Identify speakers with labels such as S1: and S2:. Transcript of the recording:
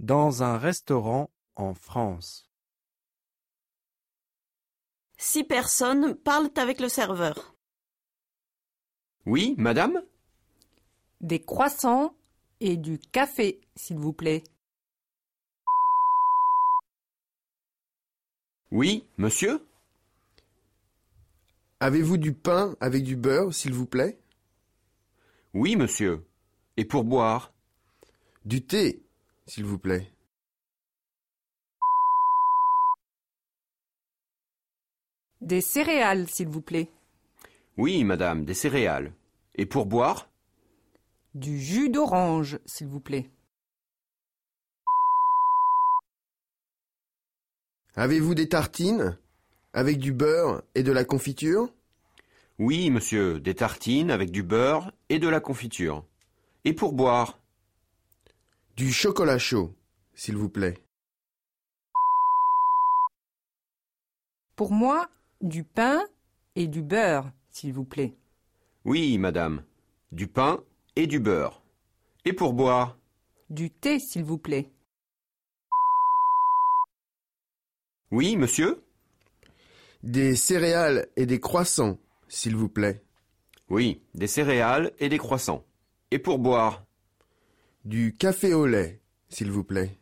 S1: Dans un restaurant en France.
S2: Six personnes parlent avec le serveur.
S3: Oui, madame
S4: Des croissants et du café, s'il vous plaît.
S3: Oui, monsieur
S5: Avez-vous du pain avec du beurre, s'il vous plaît
S3: Oui, monsieur. Et pour boire
S5: Du thé, s'il vous plaît.
S4: Des céréales, s'il vous plaît.
S3: Oui, madame, des céréales. Et pour boire
S4: Du jus d'orange, s'il vous plaît.
S5: Avez-vous des tartines avec du beurre et de la confiture
S3: Oui, monsieur, des tartines avec du beurre et de la confiture. Et pour boire
S5: Du chocolat chaud, s'il vous plaît.
S4: Pour moi, du pain et du beurre, s'il vous plaît.
S3: Oui, madame, du pain et du beurre. Et pour boire
S4: Du thé, s'il vous plaît.
S3: Oui, monsieur
S5: Des céréales et des croissants, s'il vous plaît.
S3: Oui, des céréales et des croissants. Et pour boire
S5: Du café au lait, s'il vous plaît.